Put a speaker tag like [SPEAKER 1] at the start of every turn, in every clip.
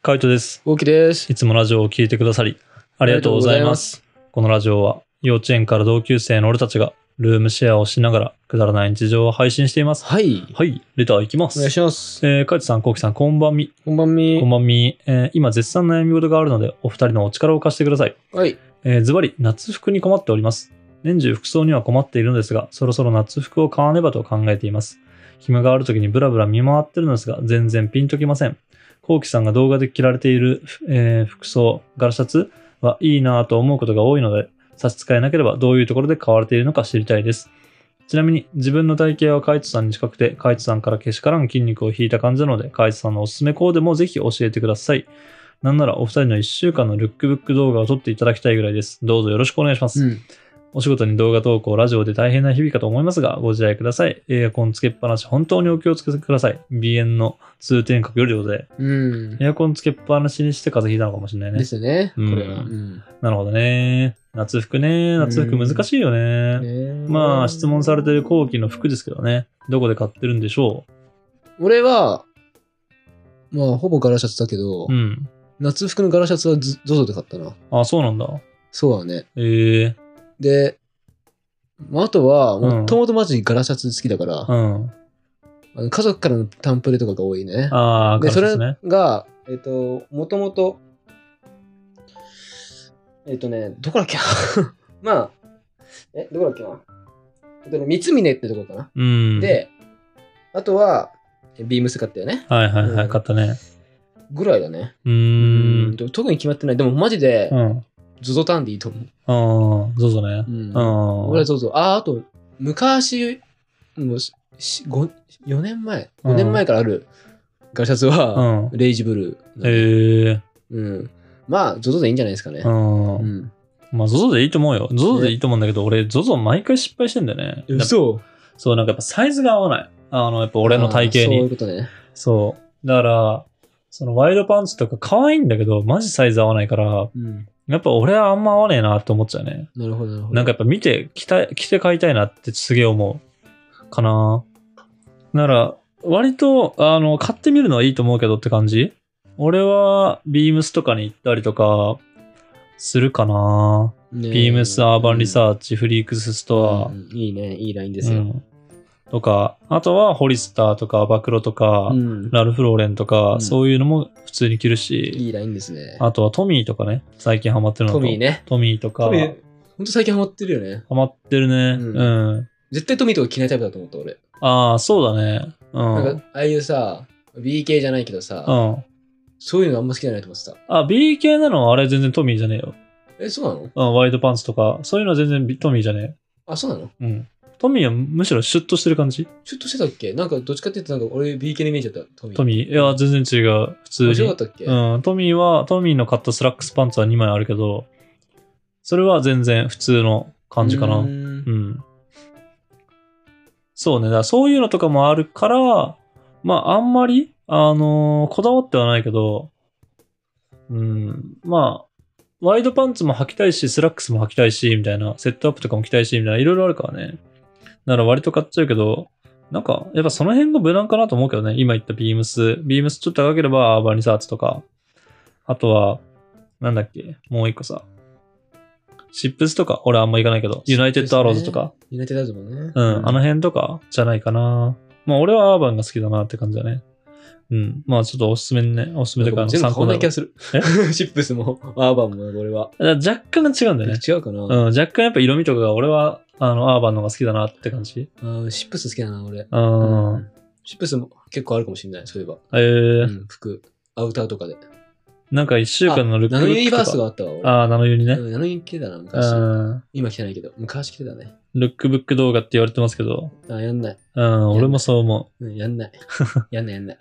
[SPEAKER 1] カイトです。
[SPEAKER 2] 大きです。
[SPEAKER 1] いつもラジオを聞いてくださり、ありがとうございます。このラジオは、幼稚園から同級生の俺たちが、ルームシェアをしながら、くだらない日常を配信しています。
[SPEAKER 2] はい。
[SPEAKER 1] はい、レターいきま
[SPEAKER 2] お願
[SPEAKER 1] す。
[SPEAKER 2] いします。
[SPEAKER 1] えー、カイトさん、コウキさん、こんばんみ。
[SPEAKER 2] こんばん
[SPEAKER 1] こ
[SPEAKER 2] み
[SPEAKER 1] ん。ばんみ。えー今、絶賛悩み事があるので、お二人のお力を貸してください。
[SPEAKER 2] はい。
[SPEAKER 1] えーズバリ、夏服に困っております。年中服装には困っているのですが、そろそろ夏服を買わねばと考えています。暇がある時にブラブラ見回ってるのですが、全然ピンときません。コウキさんが動画で着られている、ふえー服装、ガラシャツはいいなぁと思うことが多いので、差し支えなければどういうところで買われているのか知りたいです。ちなみに、自分の体型はカイトさんに近くて、カイトさんからけしからん筋肉を引いた感じなので、カイトさんのおすすめコーデもぜひ教えてください。なんならお二人の1週間のルックブック動画を撮っていただきたいぐらいです。どうぞよろしくお願いします。
[SPEAKER 2] うん。
[SPEAKER 1] お仕事に動画投稿、ラジオで大変な日々かと思いますが、ご自愛ください。エアコンつけっぱなし、本当にお気をつけください。鼻炎の通天閣よりでございます
[SPEAKER 2] うん。
[SPEAKER 1] エアコンつけっぱなしにして風邪ひいたのかもしれない
[SPEAKER 2] で
[SPEAKER 1] ね。
[SPEAKER 2] すね。こ
[SPEAKER 1] うん
[SPEAKER 2] れは。うん。
[SPEAKER 1] なるほどね。夏服ね。夏服難しいよね。まあ、質問されてる後期の服ですけどね。どこで買ってるんでしょ
[SPEAKER 2] 俺は、まあ、ほぼガラシャツだけど
[SPEAKER 1] うう、ん。
[SPEAKER 2] 夏服のガラシャツは ZOZO で買ったな。
[SPEAKER 1] あ、そうなんだ。
[SPEAKER 2] そうだね。
[SPEAKER 1] ええ
[SPEAKER 2] で、まあ、あとは、
[SPEAKER 1] うん
[SPEAKER 2] もともとマジにガラシャツ好きだから、
[SPEAKER 1] うん。
[SPEAKER 2] あの家族からのタンプレとかが多いね。
[SPEAKER 1] ああ、
[SPEAKER 2] で、
[SPEAKER 1] ガラ
[SPEAKER 2] そ
[SPEAKER 1] スで
[SPEAKER 2] れ
[SPEAKER 1] すね。
[SPEAKER 2] が、えっ、と、もともと、えっ、とね、どこだっけな まあ、え、どこだっけなえっとね、三峰ってとこかな、
[SPEAKER 1] うん。、
[SPEAKER 2] で、あとは、えビームス買ったよね。
[SPEAKER 1] はいはいは
[SPEAKER 2] う
[SPEAKER 1] い、
[SPEAKER 2] ん
[SPEAKER 1] 買ったね。
[SPEAKER 2] ぐらいだね。
[SPEAKER 1] う
[SPEAKER 2] う
[SPEAKER 1] ーん。
[SPEAKER 2] と特に決まってない。でも、マジで
[SPEAKER 1] う、ん。
[SPEAKER 2] ゾゾタンでいいと思
[SPEAKER 1] あ
[SPEAKER 2] う。
[SPEAKER 1] あ、そうそうね
[SPEAKER 2] う。ん。
[SPEAKER 1] うん。
[SPEAKER 2] 俺はゾゾ。あ、あと、昔、もうし、しご4年前、5年前からあるガシャツ
[SPEAKER 1] う
[SPEAKER 2] は、
[SPEAKER 1] ん。
[SPEAKER 2] レイジブルー。
[SPEAKER 1] へえ。
[SPEAKER 2] うん。まあ、ゾゾでいいんじゃないですかね
[SPEAKER 1] う。。
[SPEAKER 2] うんん。
[SPEAKER 1] まあ、ZOZO でいいと思うよ。ZOZO でいいと思うんだけど、俺、ZOZO 毎回失敗してんだよね。やっぱ
[SPEAKER 2] 嘘
[SPEAKER 1] そう、なんかやっぱサイズが合わない。あの、やっぱ俺の体型
[SPEAKER 2] あーそういう
[SPEAKER 1] に。
[SPEAKER 2] ことね。
[SPEAKER 1] そう。だから、そのワイドパンツとか可愛いんだけど、マジサイズ合わないから、
[SPEAKER 2] うん。
[SPEAKER 1] やっぱ俺はあんま合わねえなって思っちゃうね。
[SPEAKER 2] なるほど、なるほど。
[SPEAKER 1] なんかやっぱ見て、着たい、着て買いたいなってすげえ思う。かななら、割と、あの、買ってみるのはいいと思うけどって感じ俺は、ビームスとかに行ったりとか、するかな
[SPEAKER 2] ね、
[SPEAKER 1] ビームス、アーバンリサーチ、フリークススト
[SPEAKER 2] うんうんいいね、いいラインで
[SPEAKER 1] ア、う
[SPEAKER 2] すよ。
[SPEAKER 1] ん、とか、あとは、ホリスターとか、バクロとか、
[SPEAKER 2] うん
[SPEAKER 1] ラルフローレンとか、
[SPEAKER 2] うん
[SPEAKER 1] そういうのも普通に着るし、
[SPEAKER 2] いいラインですね。
[SPEAKER 1] あとはトミーとかね、最近ハマってるのと
[SPEAKER 2] トミーね。
[SPEAKER 1] トミーとか
[SPEAKER 2] ト、ミー、ほんと最近ハマってるよね。
[SPEAKER 1] ハマってるね。
[SPEAKER 2] うん
[SPEAKER 1] うん
[SPEAKER 2] 絶対トミーとか着ないタイプだと思った、俺。
[SPEAKER 1] ああ、そうだね。う
[SPEAKER 2] なん
[SPEAKER 1] ん。
[SPEAKER 2] か、ああいうさ、B 系じゃないけど
[SPEAKER 1] う
[SPEAKER 2] さ、
[SPEAKER 1] ん。
[SPEAKER 2] そういうのあんま好きじゃないと思ってた。
[SPEAKER 1] あ、B 系なのはあれ全然トミーじゃねえよ。
[SPEAKER 2] え、そうなの
[SPEAKER 1] うん、ワイドパンツとか、そういうのは全然ビトミーじゃね
[SPEAKER 2] あ、そうなの
[SPEAKER 1] え。うん。トミーはむしろシュッとしてる感じ
[SPEAKER 2] シュッとしてたっけなんか、どっちかって言うと、なんか俺 B 系のイメージだった、トミー。
[SPEAKER 1] トミー。いや、全然違う。普通
[SPEAKER 2] 面白か
[SPEAKER 1] に
[SPEAKER 2] っ。たっけ
[SPEAKER 1] うん、トミーは、トミーの買ったスラックスパンツは2枚あるけど、それは全然普通の感じかな。
[SPEAKER 2] う
[SPEAKER 1] うん,、
[SPEAKER 2] ん
[SPEAKER 1] そうね。だからそういうのとかもあるから、まあ、あんまり、あのーこだわってはないけど、うん、まあ、ワイドパンツも履きたいし、スラックスも履きたいし、みたいな、セットアップとかも着たいし、みたいな、いろいろあるからね。なら割と買っちゃうけど、なんか、やっぱその辺が無難かなと思うけどね。今言ったビームス。ビームスちょっと高ければアーバンリサーチとか。あとは、なんだっけ、もう一個さ。シップスとか、俺あんま行かないけど、
[SPEAKER 2] シップスね
[SPEAKER 1] ユナイテッドアローズとか、
[SPEAKER 2] 苦手だと思うね。
[SPEAKER 1] うん、あの辺とかじゃないかな。まあ俺はアーバンが好きだなって感じだね。うん、まあちょっとおすすめにね、おすすめというか、
[SPEAKER 2] 全部
[SPEAKER 1] 参
[SPEAKER 2] 買
[SPEAKER 1] 考
[SPEAKER 2] わな
[SPEAKER 1] だ
[SPEAKER 2] い気がする。 シップスも、アーバンも、俺は。
[SPEAKER 1] 若干が違うんだよね。
[SPEAKER 2] 違うかな、
[SPEAKER 1] うん、若干やっぱ色味とかが俺は、あの、アーバンの方が好きだなって感じ。
[SPEAKER 2] あーシップス好きだな、俺。
[SPEAKER 1] うん。ん、
[SPEAKER 2] シップスも結構あるかもしれない、そういえば。
[SPEAKER 1] えー
[SPEAKER 2] うん服、アウターとかで。
[SPEAKER 1] なんか一週間のルック
[SPEAKER 2] ナ
[SPEAKER 1] ブ
[SPEAKER 2] ノ
[SPEAKER 1] ックとか。
[SPEAKER 2] ユニバースがあったわ、俺。
[SPEAKER 1] ああ、ナノユニね。
[SPEAKER 2] うんナノユニ着てたな、昔。
[SPEAKER 1] うん。
[SPEAKER 2] 今着てないけど、昔着てたね。
[SPEAKER 1] ルックブック動画って言われてますけど、
[SPEAKER 2] あ、やんない。
[SPEAKER 1] うん、俺もそう思
[SPEAKER 2] うん、や んない。やんない、やんない。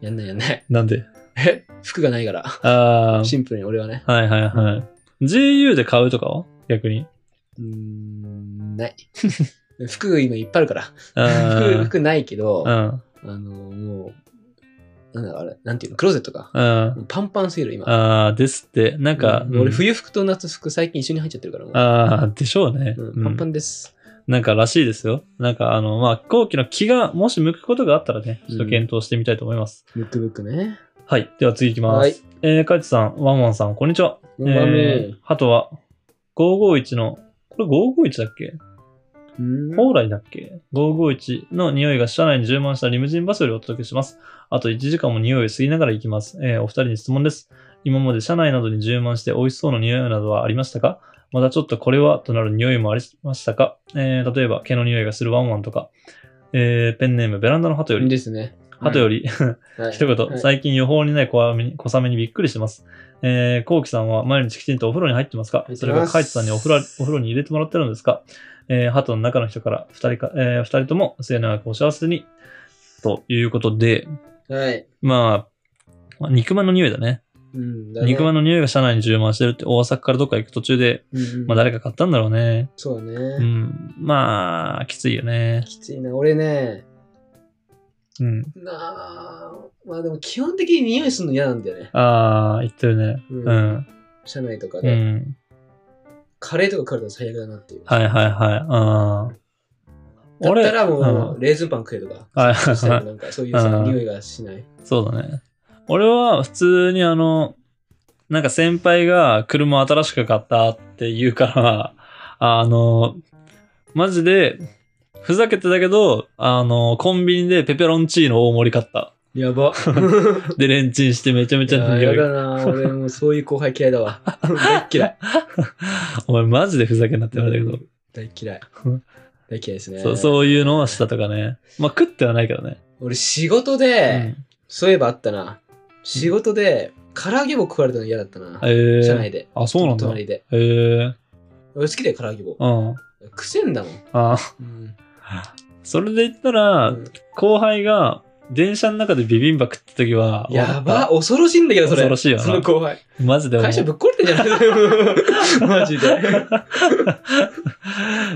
[SPEAKER 2] やんない、やんない。
[SPEAKER 1] う。なんで
[SPEAKER 2] え服がないから。
[SPEAKER 1] あ
[SPEAKER 2] シンプルに俺はね。
[SPEAKER 1] あ、はいはいはい。GU で買うとかは逆に。
[SPEAKER 2] うーん、ない。 服が今いっぱいあるから。
[SPEAKER 1] あー
[SPEAKER 2] 服、服ないけど、
[SPEAKER 1] う
[SPEAKER 2] あ
[SPEAKER 1] ん、
[SPEAKER 2] の、もう、なんだろうあれ、なんていうの、クローゼットか。
[SPEAKER 1] うん。
[SPEAKER 2] パンパンすぎる、今。
[SPEAKER 1] ああ、ですって、なんか、
[SPEAKER 2] うん俺、
[SPEAKER 1] うん
[SPEAKER 2] 冬服と夏服最近一緒に入っちゃってるから、もう。
[SPEAKER 1] ああ、でしょうね。
[SPEAKER 2] う
[SPEAKER 1] うん
[SPEAKER 2] ん、パンパンです。
[SPEAKER 1] なんからしいですよ。なんか、あの、まあ、後期の気が、もし向くことがあったらね、ちょっと
[SPEAKER 2] うん
[SPEAKER 1] 検討してみたいと思います。
[SPEAKER 2] ブックブックね。
[SPEAKER 1] はい。では次行きます。
[SPEAKER 2] はい
[SPEAKER 1] えー、カイトさん、ワンワンさん、こんにちは。
[SPEAKER 2] こんばんは
[SPEAKER 1] えー、ハトは、551の、これ551だっけ
[SPEAKER 2] うん
[SPEAKER 1] 蓬莱だっけ ?551 の匂いが車内に充満したリムジンバスよりお届けします。あと1時間も匂いを吸いながら行きます。えーお二人に質問です。今まで車内などに充満して美味しそうな匂いなどはありましたかまたちょっとこれはとなる匂いもありましたか、えー例えば毛の匂いがするワンワンとか、えーペンネームベランダのハトより、
[SPEAKER 2] ですね。
[SPEAKER 1] ハトより、
[SPEAKER 2] はい、
[SPEAKER 1] 一言、
[SPEAKER 2] はい
[SPEAKER 1] 最近予報にない小雨に小雨にびっくりしてます。えー、コウキさんは毎日きちんとお風呂に入ってますか
[SPEAKER 2] 入ってます
[SPEAKER 1] それがカイトさんにお風呂お風呂に入れてもらってるんですかえー、ハトの中の人から二人か、えー、二人とも末永くお幸せに。ということで、
[SPEAKER 2] はい。
[SPEAKER 1] まあ、肉まんの匂いだね。
[SPEAKER 2] うん。だね
[SPEAKER 1] 肉まんの匂いが車内に充満してるって大阪からどっか行く途中で、
[SPEAKER 2] うんうん
[SPEAKER 1] まあ誰か買ったんだろうね。
[SPEAKER 2] そうね、
[SPEAKER 1] うん。まあ、きついよね。
[SPEAKER 2] きついな。俺ね、
[SPEAKER 1] うん。
[SPEAKER 2] なあ、まあでも基本的に匂いするの嫌なんだよね。
[SPEAKER 1] ああ、言ってるね。
[SPEAKER 2] うん
[SPEAKER 1] うん。
[SPEAKER 2] 車内とか
[SPEAKER 1] う
[SPEAKER 2] で。
[SPEAKER 1] ん。
[SPEAKER 2] カレーとか食われたら最悪だなっていう。
[SPEAKER 1] はいはいはい。あー
[SPEAKER 2] だったら
[SPEAKER 1] 俺
[SPEAKER 2] も
[SPEAKER 1] う
[SPEAKER 2] う、レーズンパン食えとか。
[SPEAKER 1] はい
[SPEAKER 2] そしたらなんかそういうさ
[SPEAKER 1] うん
[SPEAKER 2] 匂いが しない。
[SPEAKER 1] そうだね。俺は普通にあの、なんか先輩が車新しく買ったって言うから、あの、マジで、ふざけてたけど、あの、コンビニでペペロンチーノ大盛り買った。
[SPEAKER 2] や ば。
[SPEAKER 1] で、レンチンしてめちゃめ
[SPEAKER 2] い
[SPEAKER 1] ちゃ
[SPEAKER 2] や
[SPEAKER 1] 匂
[SPEAKER 2] や
[SPEAKER 1] いが。
[SPEAKER 2] だな。俺もうそういう後輩嫌い だわ。大っ嫌い。
[SPEAKER 1] お前マジでふざけんなって言われたけど、
[SPEAKER 2] 大っ嫌い。大っ嫌いですね。
[SPEAKER 1] そうそういうのはしたとかね。まあ食ってはないけどね。
[SPEAKER 2] 俺仕事で、
[SPEAKER 1] うん
[SPEAKER 2] そういえばあったな。仕事で、唐揚げ棒食われたの嫌だったな。
[SPEAKER 1] えー
[SPEAKER 2] 社内で。
[SPEAKER 1] あ、そうなんだ。
[SPEAKER 2] 隣
[SPEAKER 1] へ
[SPEAKER 2] で。
[SPEAKER 1] えー。
[SPEAKER 2] 俺好きだよ、唐揚げ棒。
[SPEAKER 1] うん。
[SPEAKER 2] くせんだもん。
[SPEAKER 1] あ
[SPEAKER 2] うん
[SPEAKER 1] それで言ったら、
[SPEAKER 2] うん
[SPEAKER 1] 後輩が電車の中でビビンバ食った時は、
[SPEAKER 2] やば
[SPEAKER 1] わ
[SPEAKER 2] 恐ろしいんだけど、それ。
[SPEAKER 1] 恐ろしいよな
[SPEAKER 2] その後輩。
[SPEAKER 1] マジで思う
[SPEAKER 2] 会社ぶっ壊れてんじゃない マジで。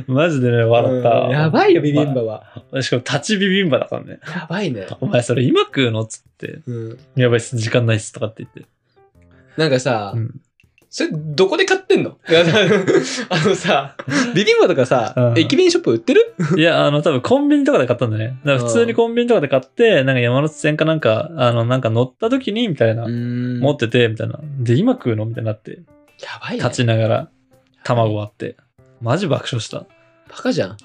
[SPEAKER 1] マジでね、笑った。
[SPEAKER 2] うんやばいよ、ビビンバは。
[SPEAKER 1] バ。しかも立ちビビンバだからね。
[SPEAKER 2] やばいね。
[SPEAKER 1] お前それ今食うのっつって、
[SPEAKER 2] うん。
[SPEAKER 1] やばいっす、時間ないっすとかって言って。
[SPEAKER 2] なんかさ
[SPEAKER 1] う、ん
[SPEAKER 2] それ、どこで買ってんの いやあのさ、ビビンバとか
[SPEAKER 1] う
[SPEAKER 2] さ、
[SPEAKER 1] ん
[SPEAKER 2] 駅弁ショップ売ってる
[SPEAKER 1] いや、あの、多分コンビニとかで買ったんだね。だから普通にコンビニとかで買って、なんか山手線かなんか、あの、なんか乗った時に、みたいな、
[SPEAKER 2] ん
[SPEAKER 1] 持ってて、みたいな。で、今食うのみたいになって、
[SPEAKER 2] やばいね。
[SPEAKER 1] 立ちながら、卵割って。マジ爆笑した。
[SPEAKER 2] バカじゃん。や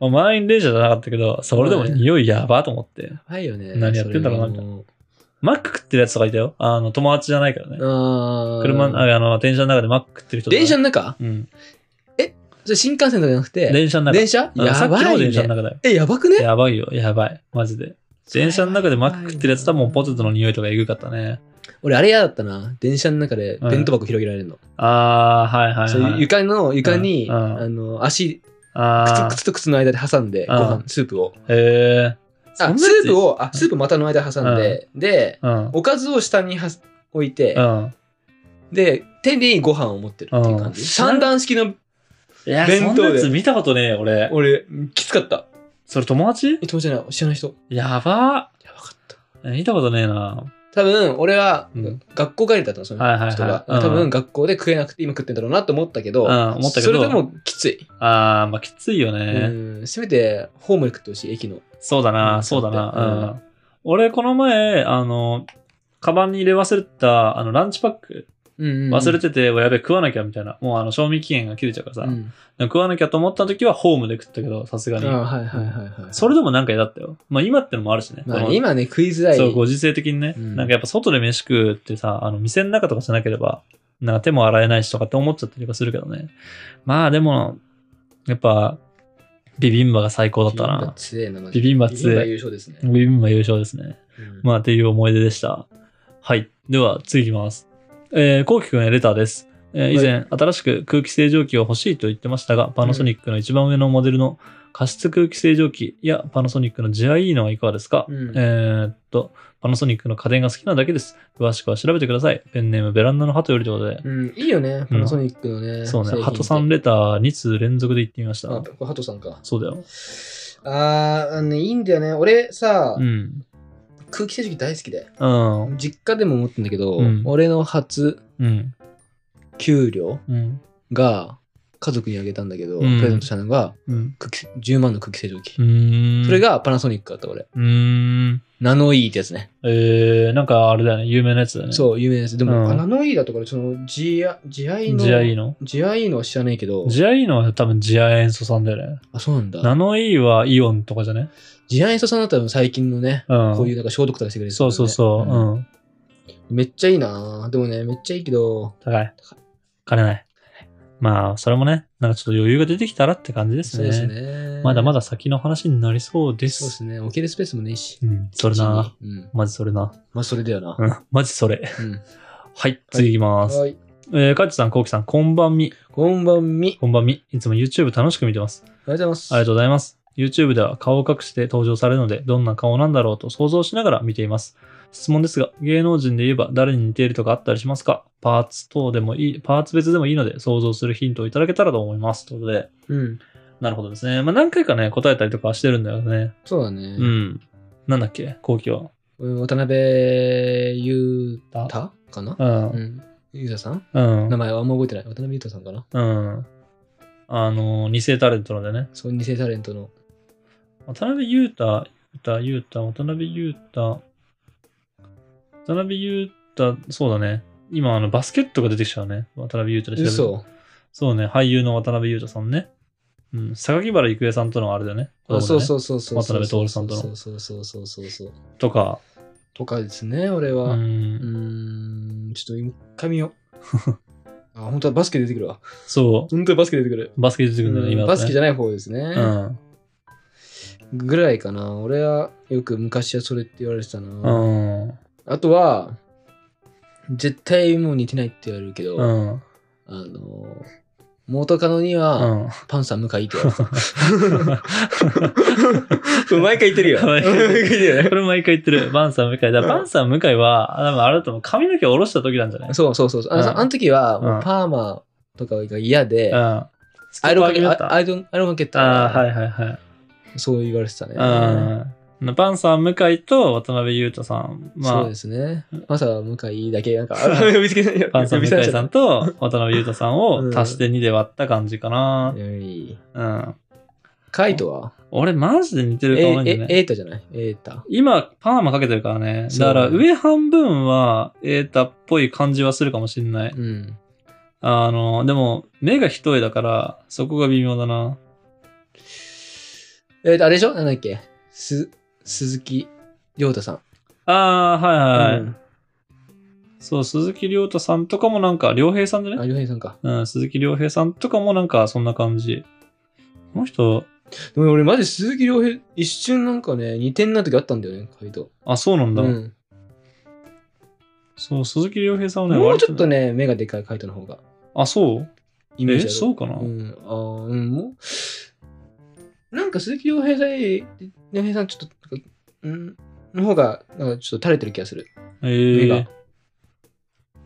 [SPEAKER 1] まあ、満員電車じゃなかったけど、それでも
[SPEAKER 2] はい
[SPEAKER 1] 匂いやばと思って。
[SPEAKER 2] ばいよね。
[SPEAKER 1] 何やってんだろうな
[SPEAKER 2] それはもう
[SPEAKER 1] マック食ってるやつとかいたよ。あの、友達じゃないからね。
[SPEAKER 2] あー
[SPEAKER 1] 車、ああの、電車の中でマック食ってる人とか
[SPEAKER 2] 電車の中
[SPEAKER 1] うん。
[SPEAKER 2] それ新幹線とかじゃなくて、
[SPEAKER 1] 電車の中。
[SPEAKER 2] 電車
[SPEAKER 1] うんさ
[SPEAKER 2] や
[SPEAKER 1] っき
[SPEAKER 2] ば
[SPEAKER 1] の
[SPEAKER 2] い
[SPEAKER 1] 電車の中
[SPEAKER 2] ね。
[SPEAKER 1] だよ。
[SPEAKER 2] え、やばくね
[SPEAKER 1] やばいよ。やばい。マジで。電車の中でマック食ってるやつとはもうポテトの匂いとかえぐかったね。
[SPEAKER 2] 俺、あれ嫌だったな。電車の中で弁当箱広げられるの。
[SPEAKER 1] あー、はいはい、はい。
[SPEAKER 2] そういう床の、床に、
[SPEAKER 1] うんうん
[SPEAKER 2] あの、足、
[SPEAKER 1] あ
[SPEAKER 2] 靴、靴と靴の間で挟ん
[SPEAKER 1] ん
[SPEAKER 2] で、ご飯、スープを。
[SPEAKER 1] ー、へー。
[SPEAKER 2] あ、スープを、あ、スープ股の間で挟んで、で、
[SPEAKER 1] うん。うん。
[SPEAKER 2] おかずを下にはす置いて
[SPEAKER 1] う、ん。
[SPEAKER 2] で、手にご飯を持ってるっていう感
[SPEAKER 1] うん
[SPEAKER 2] じ。三段式の、
[SPEAKER 1] いや、
[SPEAKER 2] 弁
[SPEAKER 1] そん
[SPEAKER 2] 当で
[SPEAKER 1] なやつ見たことねえよ、俺。
[SPEAKER 2] 俺、きつかった。
[SPEAKER 1] それ友達
[SPEAKER 2] え、友達じゃない、知らない人。
[SPEAKER 1] やば
[SPEAKER 2] やばかった。
[SPEAKER 1] ー。見たことねえな。
[SPEAKER 2] 多分、俺は
[SPEAKER 1] うん、
[SPEAKER 2] 学校帰りだったの、その
[SPEAKER 1] はいはいはい
[SPEAKER 2] 人が。
[SPEAKER 1] うん
[SPEAKER 2] 多分、学校で食えなくて今食ってんだろうなと思ったけ
[SPEAKER 1] う
[SPEAKER 2] ど、
[SPEAKER 1] ん、思ったけど。
[SPEAKER 2] それでもきつい。
[SPEAKER 1] ああ、まあきついよね。
[SPEAKER 2] うんせめて、ホームで食ってほしい、駅の。
[SPEAKER 1] そうだ
[SPEAKER 2] う
[SPEAKER 1] な、
[SPEAKER 2] ん
[SPEAKER 1] そうだ
[SPEAKER 2] だ
[SPEAKER 1] な。うん。俺、この前、あの、カバンに入れ忘れた、あの、ランチパック忘
[SPEAKER 2] 忘
[SPEAKER 1] れてて、やべえ、食わなきゃみたいな。もう、あの、賞味期限が切れちゃうからさ、
[SPEAKER 2] うん
[SPEAKER 1] 食わなきゃと思った時はホームで食ったけど、さすが
[SPEAKER 2] あ
[SPEAKER 1] に。
[SPEAKER 2] はいはいはいはい。
[SPEAKER 1] それでもなんか嫌だったよ。まあ、今ってのもあるしね。
[SPEAKER 2] まあ
[SPEAKER 1] この
[SPEAKER 2] ね今ね、食いづらい。
[SPEAKER 1] そう、ご時世的にね、
[SPEAKER 2] うん
[SPEAKER 1] なんかやっぱ外で飯食うってさ、あの、店の中とかじゃなければ、なんか手も洗えないしとかって思っちゃったりはするけどね。まあ、でも、やっぱ、ビビンバが最高だったな。
[SPEAKER 2] 強えな。マジ
[SPEAKER 1] ビ
[SPEAKER 2] で
[SPEAKER 1] ビンバ
[SPEAKER 2] ビビン
[SPEAKER 1] 強
[SPEAKER 2] バ
[SPEAKER 1] い。
[SPEAKER 2] 優勝ですね。
[SPEAKER 1] ビビンバ優勝ですね。
[SPEAKER 2] うん
[SPEAKER 1] まあ、っていう思い出でした。はい。では、次いきます。えー、こうきくんへレターです。えー以前、新しく空気清浄機を欲しいと言ってましたが、パナソニックの一番上のモデルの加湿空気清浄機やパナソニックの GIE のはいかがですか、
[SPEAKER 2] うん
[SPEAKER 1] えーっと、パナソニックの家電が好きなだけです。詳しくは調べてください。ペンネームベランダの鳩よりということで。
[SPEAKER 2] うん、いいよね、パナソニックのね。
[SPEAKER 1] そう
[SPEAKER 2] 製
[SPEAKER 1] ね、
[SPEAKER 2] 品って
[SPEAKER 1] 鳩さんレター2通連続で言ってみました
[SPEAKER 2] あ、。これハトさんか。
[SPEAKER 1] そうだよ。
[SPEAKER 2] あー、あのね、いいんだよね。俺さ
[SPEAKER 1] う、ん。
[SPEAKER 2] 空気清浄機大好きで。
[SPEAKER 1] うん。
[SPEAKER 2] 実家でも思ってんだけど
[SPEAKER 1] うん、
[SPEAKER 2] 俺の初
[SPEAKER 1] うん。
[SPEAKER 2] 給料
[SPEAKER 1] うん。
[SPEAKER 2] が、家族にあげたんだけ
[SPEAKER 1] う
[SPEAKER 2] ど、
[SPEAKER 1] ん
[SPEAKER 2] プレゼントしたのが
[SPEAKER 1] うん。
[SPEAKER 2] 空気10万の空気清浄機
[SPEAKER 1] う、ーん。
[SPEAKER 2] それ、がパナソニックだった俺
[SPEAKER 1] うーん。
[SPEAKER 2] ナノイーってやつね
[SPEAKER 1] えー、なんかあれだよね、有名なやつだね。う。
[SPEAKER 2] そう有名なやつでも、
[SPEAKER 1] うん
[SPEAKER 2] あナノイーだとかその G- GI の
[SPEAKER 1] GIE の。
[SPEAKER 2] GI のは知らないけど
[SPEAKER 1] GIE のは多分 GI 塩素酸だよね。
[SPEAKER 2] あそうなんだ
[SPEAKER 1] ナノ E はイオンとかじゃね
[SPEAKER 2] GI エンソさんだったら最近のね、
[SPEAKER 1] うん。
[SPEAKER 2] こういうなんか消毒とかしてくれる、
[SPEAKER 1] そうそうそう。
[SPEAKER 2] ん
[SPEAKER 1] うん。
[SPEAKER 2] めっちゃいいなでもねめっちゃいいけど
[SPEAKER 1] 高い
[SPEAKER 2] 高い。
[SPEAKER 1] 金ない。まあ、それもね、なんかちょっと余裕が出てきたらって感じです
[SPEAKER 2] そう
[SPEAKER 1] ね。
[SPEAKER 2] ですね
[SPEAKER 1] まだま
[SPEAKER 2] だ
[SPEAKER 1] だ先の話になりそうで。
[SPEAKER 2] そうですすね置けるスペースもねえし
[SPEAKER 1] うん、それな。
[SPEAKER 2] うちにうん
[SPEAKER 1] マジそれな。
[SPEAKER 2] まあそれだよな
[SPEAKER 1] うん、マジそれ。
[SPEAKER 2] うん
[SPEAKER 1] はい、次いきます。
[SPEAKER 2] はい
[SPEAKER 1] えー、カッチさん、コウキさん、こんばんみ。
[SPEAKER 2] こんばんみ
[SPEAKER 1] こんばんみ。いつも YouTube 楽しく見てます。
[SPEAKER 2] ありがとうございます
[SPEAKER 1] ありがとうございます。YouTube では顔を隠して登場されるので、どんな顔なんだろうと想像しながら見ています。質問ですが、芸能人で言えば誰に似ているとかあったりしますかパーツ等でもいい、パーツ別でもいいので想像するヒントをいただけたらと思います。ということで、
[SPEAKER 2] うん
[SPEAKER 1] なるほどですね。まあ何回かね、答えたりとかはしてるんだよね。
[SPEAKER 2] そうだね
[SPEAKER 1] う、ん。なんだっけ、後期は。
[SPEAKER 2] うん、渡辺裕
[SPEAKER 1] だ
[SPEAKER 2] 太かな
[SPEAKER 1] うん。
[SPEAKER 2] うん裕太さん
[SPEAKER 1] うん
[SPEAKER 2] 名。前はあんま覚えてない渡辺裕太さんかな
[SPEAKER 1] うん。あの、二世タレントのでね。
[SPEAKER 2] そう二世タレントの
[SPEAKER 1] 渡辺裕太、裕太、裕太、渡辺裕太、渡辺裕太、そうだね。今、あの、バスケットが出てきちゃうね。渡辺裕太で調べると
[SPEAKER 2] 嘘
[SPEAKER 1] そうね、俳優の渡辺裕太さんね。うん、榊原郁恵さんとのあれだよね。
[SPEAKER 2] あそう
[SPEAKER 1] う。
[SPEAKER 2] そうそうそう
[SPEAKER 1] 渡辺徹さんとの
[SPEAKER 2] そうそうそうそうそうそう
[SPEAKER 1] とか、
[SPEAKER 2] とかですね俺
[SPEAKER 1] う
[SPEAKER 2] は、うー
[SPEAKER 1] ん、
[SPEAKER 2] ん、ちょっと一回見よ う。あ、本当はバスケ出てくるわ。
[SPEAKER 1] そ
[SPEAKER 2] 本当はバスケ出てくる。
[SPEAKER 1] う、バスケ出てくるんだよね、
[SPEAKER 2] う
[SPEAKER 1] 今だ
[SPEAKER 2] んバ
[SPEAKER 1] と
[SPEAKER 2] スケ
[SPEAKER 1] ね、
[SPEAKER 2] じゃない方ですね。
[SPEAKER 1] うん。
[SPEAKER 2] ぐらいかな。俺はよく昔はそれって言われてた
[SPEAKER 1] う
[SPEAKER 2] な。
[SPEAKER 1] ん。
[SPEAKER 2] あとは、絶対もう似てないって言われるけど、
[SPEAKER 1] う
[SPEAKER 2] あ
[SPEAKER 1] ん。
[SPEAKER 2] の、元カノには、
[SPEAKER 1] うん。
[SPEAKER 2] パンサー向井って言われてた。毎回言ってるよ。
[SPEAKER 1] 毎回言ってる
[SPEAKER 2] 毎回言って
[SPEAKER 1] これ毎回言ってる。バンさん向井だ。バンさん向井は、あ多分あれだと思う。髪の毛下ろした時なんじゃない
[SPEAKER 2] よ そうそうそうそう。あの,、
[SPEAKER 1] うん
[SPEAKER 2] あの時は、もううんパーマとかが嫌で、
[SPEAKER 1] うん。
[SPEAKER 2] アイロンかけ
[SPEAKER 1] あ
[SPEAKER 2] た。アイロンアイロンかけた。
[SPEAKER 1] あー、はいはいはい。
[SPEAKER 2] そう言われてたね。
[SPEAKER 1] うん。パンサー向井と渡辺裕太さん。
[SPEAKER 2] そ
[SPEAKER 1] ま
[SPEAKER 2] う
[SPEAKER 1] あ
[SPEAKER 2] で、すね。まさか向井だけ、 なんか、
[SPEAKER 1] うん
[SPEAKER 2] 呼びつけない
[SPEAKER 1] パンサー向井さんと 渡辺裕太さん
[SPEAKER 2] う
[SPEAKER 1] を
[SPEAKER 2] ん
[SPEAKER 1] 足して2で割った感じか な。うん。
[SPEAKER 2] カイトは
[SPEAKER 1] 俺マジで似て
[SPEAKER 2] え
[SPEAKER 1] る顔ないんだよね。
[SPEAKER 2] えエータじゃないエータ。
[SPEAKER 1] 今、パーマかけてるからね。
[SPEAKER 2] そう
[SPEAKER 1] だから上半分はエータっぽい感じはするかもしんない。
[SPEAKER 2] うん。
[SPEAKER 1] あの、でも目が一重だからそこが微妙だな。
[SPEAKER 2] えータ、あれでしょなんだっけす、鈴木亮太さん。
[SPEAKER 1] ああ、はいはい。
[SPEAKER 2] うん
[SPEAKER 1] そう、鈴木亮太さんとかもなんか、良平さんでね。
[SPEAKER 2] あ、亮平さんか。
[SPEAKER 1] うん、鈴木亮平さんとかもなんかそんな感じ。この人、
[SPEAKER 2] でも俺マジ鈴木亮平、一瞬なんかね、似てんな時あったんだよね、カイト。
[SPEAKER 1] あ、そうなん
[SPEAKER 2] う
[SPEAKER 1] だ。
[SPEAKER 2] ん。
[SPEAKER 1] そう、鈴木亮平さんはね、
[SPEAKER 2] もう
[SPEAKER 1] 割
[SPEAKER 2] ちょっと
[SPEAKER 1] ね。
[SPEAKER 2] ね、目がでかいカイトの方が。
[SPEAKER 1] あ、そう
[SPEAKER 2] イメー
[SPEAKER 1] え、
[SPEAKER 2] ジある
[SPEAKER 1] そうかな、
[SPEAKER 2] うん。あーうん、もう、なんか鈴木亮平さん、亮平さんちょっと、うん、の方が、なんかちょっと垂れてる気がする。
[SPEAKER 1] ええ
[SPEAKER 2] 目が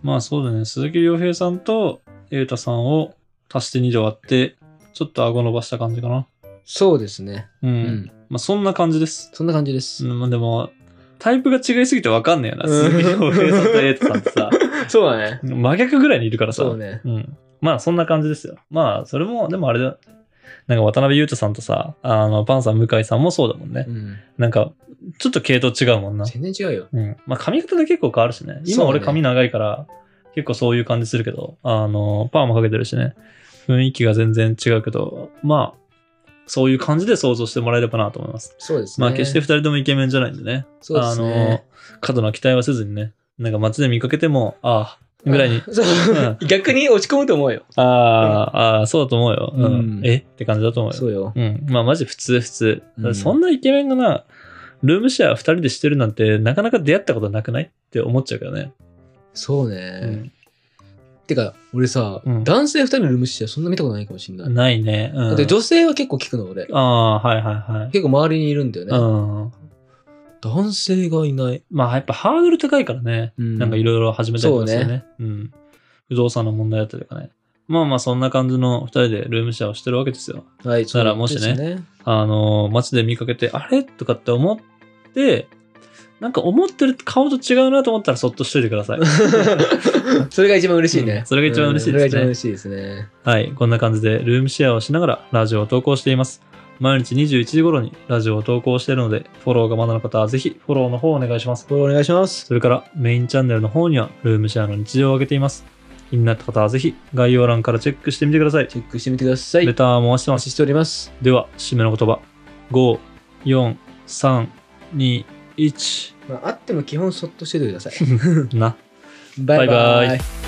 [SPEAKER 1] まあそうだね、鈴木亮平さんと瑛太さんを足して2で割って、ちょっと顎伸ばした感じかな。
[SPEAKER 2] そうですね。
[SPEAKER 1] うん。
[SPEAKER 2] うん。
[SPEAKER 1] まあそんな感じです。
[SPEAKER 2] そんな感じです
[SPEAKER 1] う。ん、まあでも、タイプが違いすぎてわかんねえよな。
[SPEAKER 2] うん
[SPEAKER 1] 鈴木亮平さんと瑛太さんってさ、
[SPEAKER 2] そうだね。
[SPEAKER 1] 真逆ぐらいにいるからさ。
[SPEAKER 2] そうね。
[SPEAKER 1] うん。まあ、そんな感じですよ。まあ、それも、でもあれだ。なんか渡辺裕太さんとさ、あの、パンさん向井さんもそうだもんね。
[SPEAKER 2] うん。
[SPEAKER 1] なんか、ちょっと系統違うもんな。
[SPEAKER 2] 全然違うよ。
[SPEAKER 1] うん。まあ、髪型で結構変わるしね。今
[SPEAKER 2] そうだ
[SPEAKER 1] 俺
[SPEAKER 2] ね
[SPEAKER 1] 髪長いから、結構そういう感じするけど、あの、パーもかけてるしね。雰囲気が全然違うけど、まあ、そういう感じで想像してもらえればなと思います。
[SPEAKER 2] そうですね。
[SPEAKER 1] まあ、決して二人ともイケメンじゃないんでね。
[SPEAKER 2] そうで
[SPEAKER 1] あ
[SPEAKER 2] す
[SPEAKER 1] の
[SPEAKER 2] ね。、
[SPEAKER 1] 過度な期待はせずにね。なんか街で見かけても、ああ、ぐらい に
[SPEAKER 2] そうう。逆に落ち込むと思うよ。
[SPEAKER 1] あー、あー、そうだと思うよ。うん。
[SPEAKER 2] うん
[SPEAKER 1] えって感じだと思うよ。
[SPEAKER 2] そうよ。
[SPEAKER 1] うん。まあ、マジ普通、普通。
[SPEAKER 2] うん
[SPEAKER 1] そんなイケメンがな、ルームシェア2人でしてるなんて、なかなか出会ったことなくないって思っちゃうけどね。
[SPEAKER 2] そう
[SPEAKER 1] う
[SPEAKER 2] ね。
[SPEAKER 1] ん
[SPEAKER 2] てか、俺さ
[SPEAKER 1] うん、
[SPEAKER 2] 男性二人のルームシェアそんな見たことないかもしれない。
[SPEAKER 1] ないね。うん、
[SPEAKER 2] だって女性は結構聞くの、俺。
[SPEAKER 1] ああー、はいはいはい。
[SPEAKER 2] 結構周りにいるんだよ
[SPEAKER 1] う
[SPEAKER 2] ね。
[SPEAKER 1] ん。
[SPEAKER 2] 男性がいない。
[SPEAKER 1] まあ、やっぱハードル高いからね。
[SPEAKER 2] な
[SPEAKER 1] なんかいろいろ始めたりとかするね。うん。不動産の問題だったりとかね。まあまあ、そんな感じの2人でルームシェアをしてるわけですよ。
[SPEAKER 2] はい、
[SPEAKER 1] だからもしね
[SPEAKER 2] そうですね。
[SPEAKER 1] あの、街で見かけて、あれとかって思って、なんか思ってる顔と違うなと思ったらそっとしといてください。
[SPEAKER 2] それが一番嬉しいね。
[SPEAKER 1] うんそれが一番嬉しいですね
[SPEAKER 2] うんそれが一番嬉しいですね。
[SPEAKER 1] はい、こんな感じでルームシェアをしながらラジオを投稿しています。毎日21時頃にラジオを投稿しているので、フォローがまだの方はぜひフォローの方をお願いします。
[SPEAKER 2] フォローお願いします。
[SPEAKER 1] それからメインチャンネルの方にはルームシェアの日常を上げています。気になった方はぜひ概要欄からチェックしてみてください。
[SPEAKER 2] チェックしてみてください。
[SPEAKER 1] レターも回して
[SPEAKER 2] お
[SPEAKER 1] ま
[SPEAKER 2] 待
[SPEAKER 1] す。
[SPEAKER 2] ちしております。
[SPEAKER 1] では、締めの言葉。5、4、3、2、1。
[SPEAKER 2] まあ、あっても基本そっとしててください。
[SPEAKER 1] な。
[SPEAKER 2] バイバ
[SPEAKER 1] バイバ
[SPEAKER 2] イ
[SPEAKER 1] イ。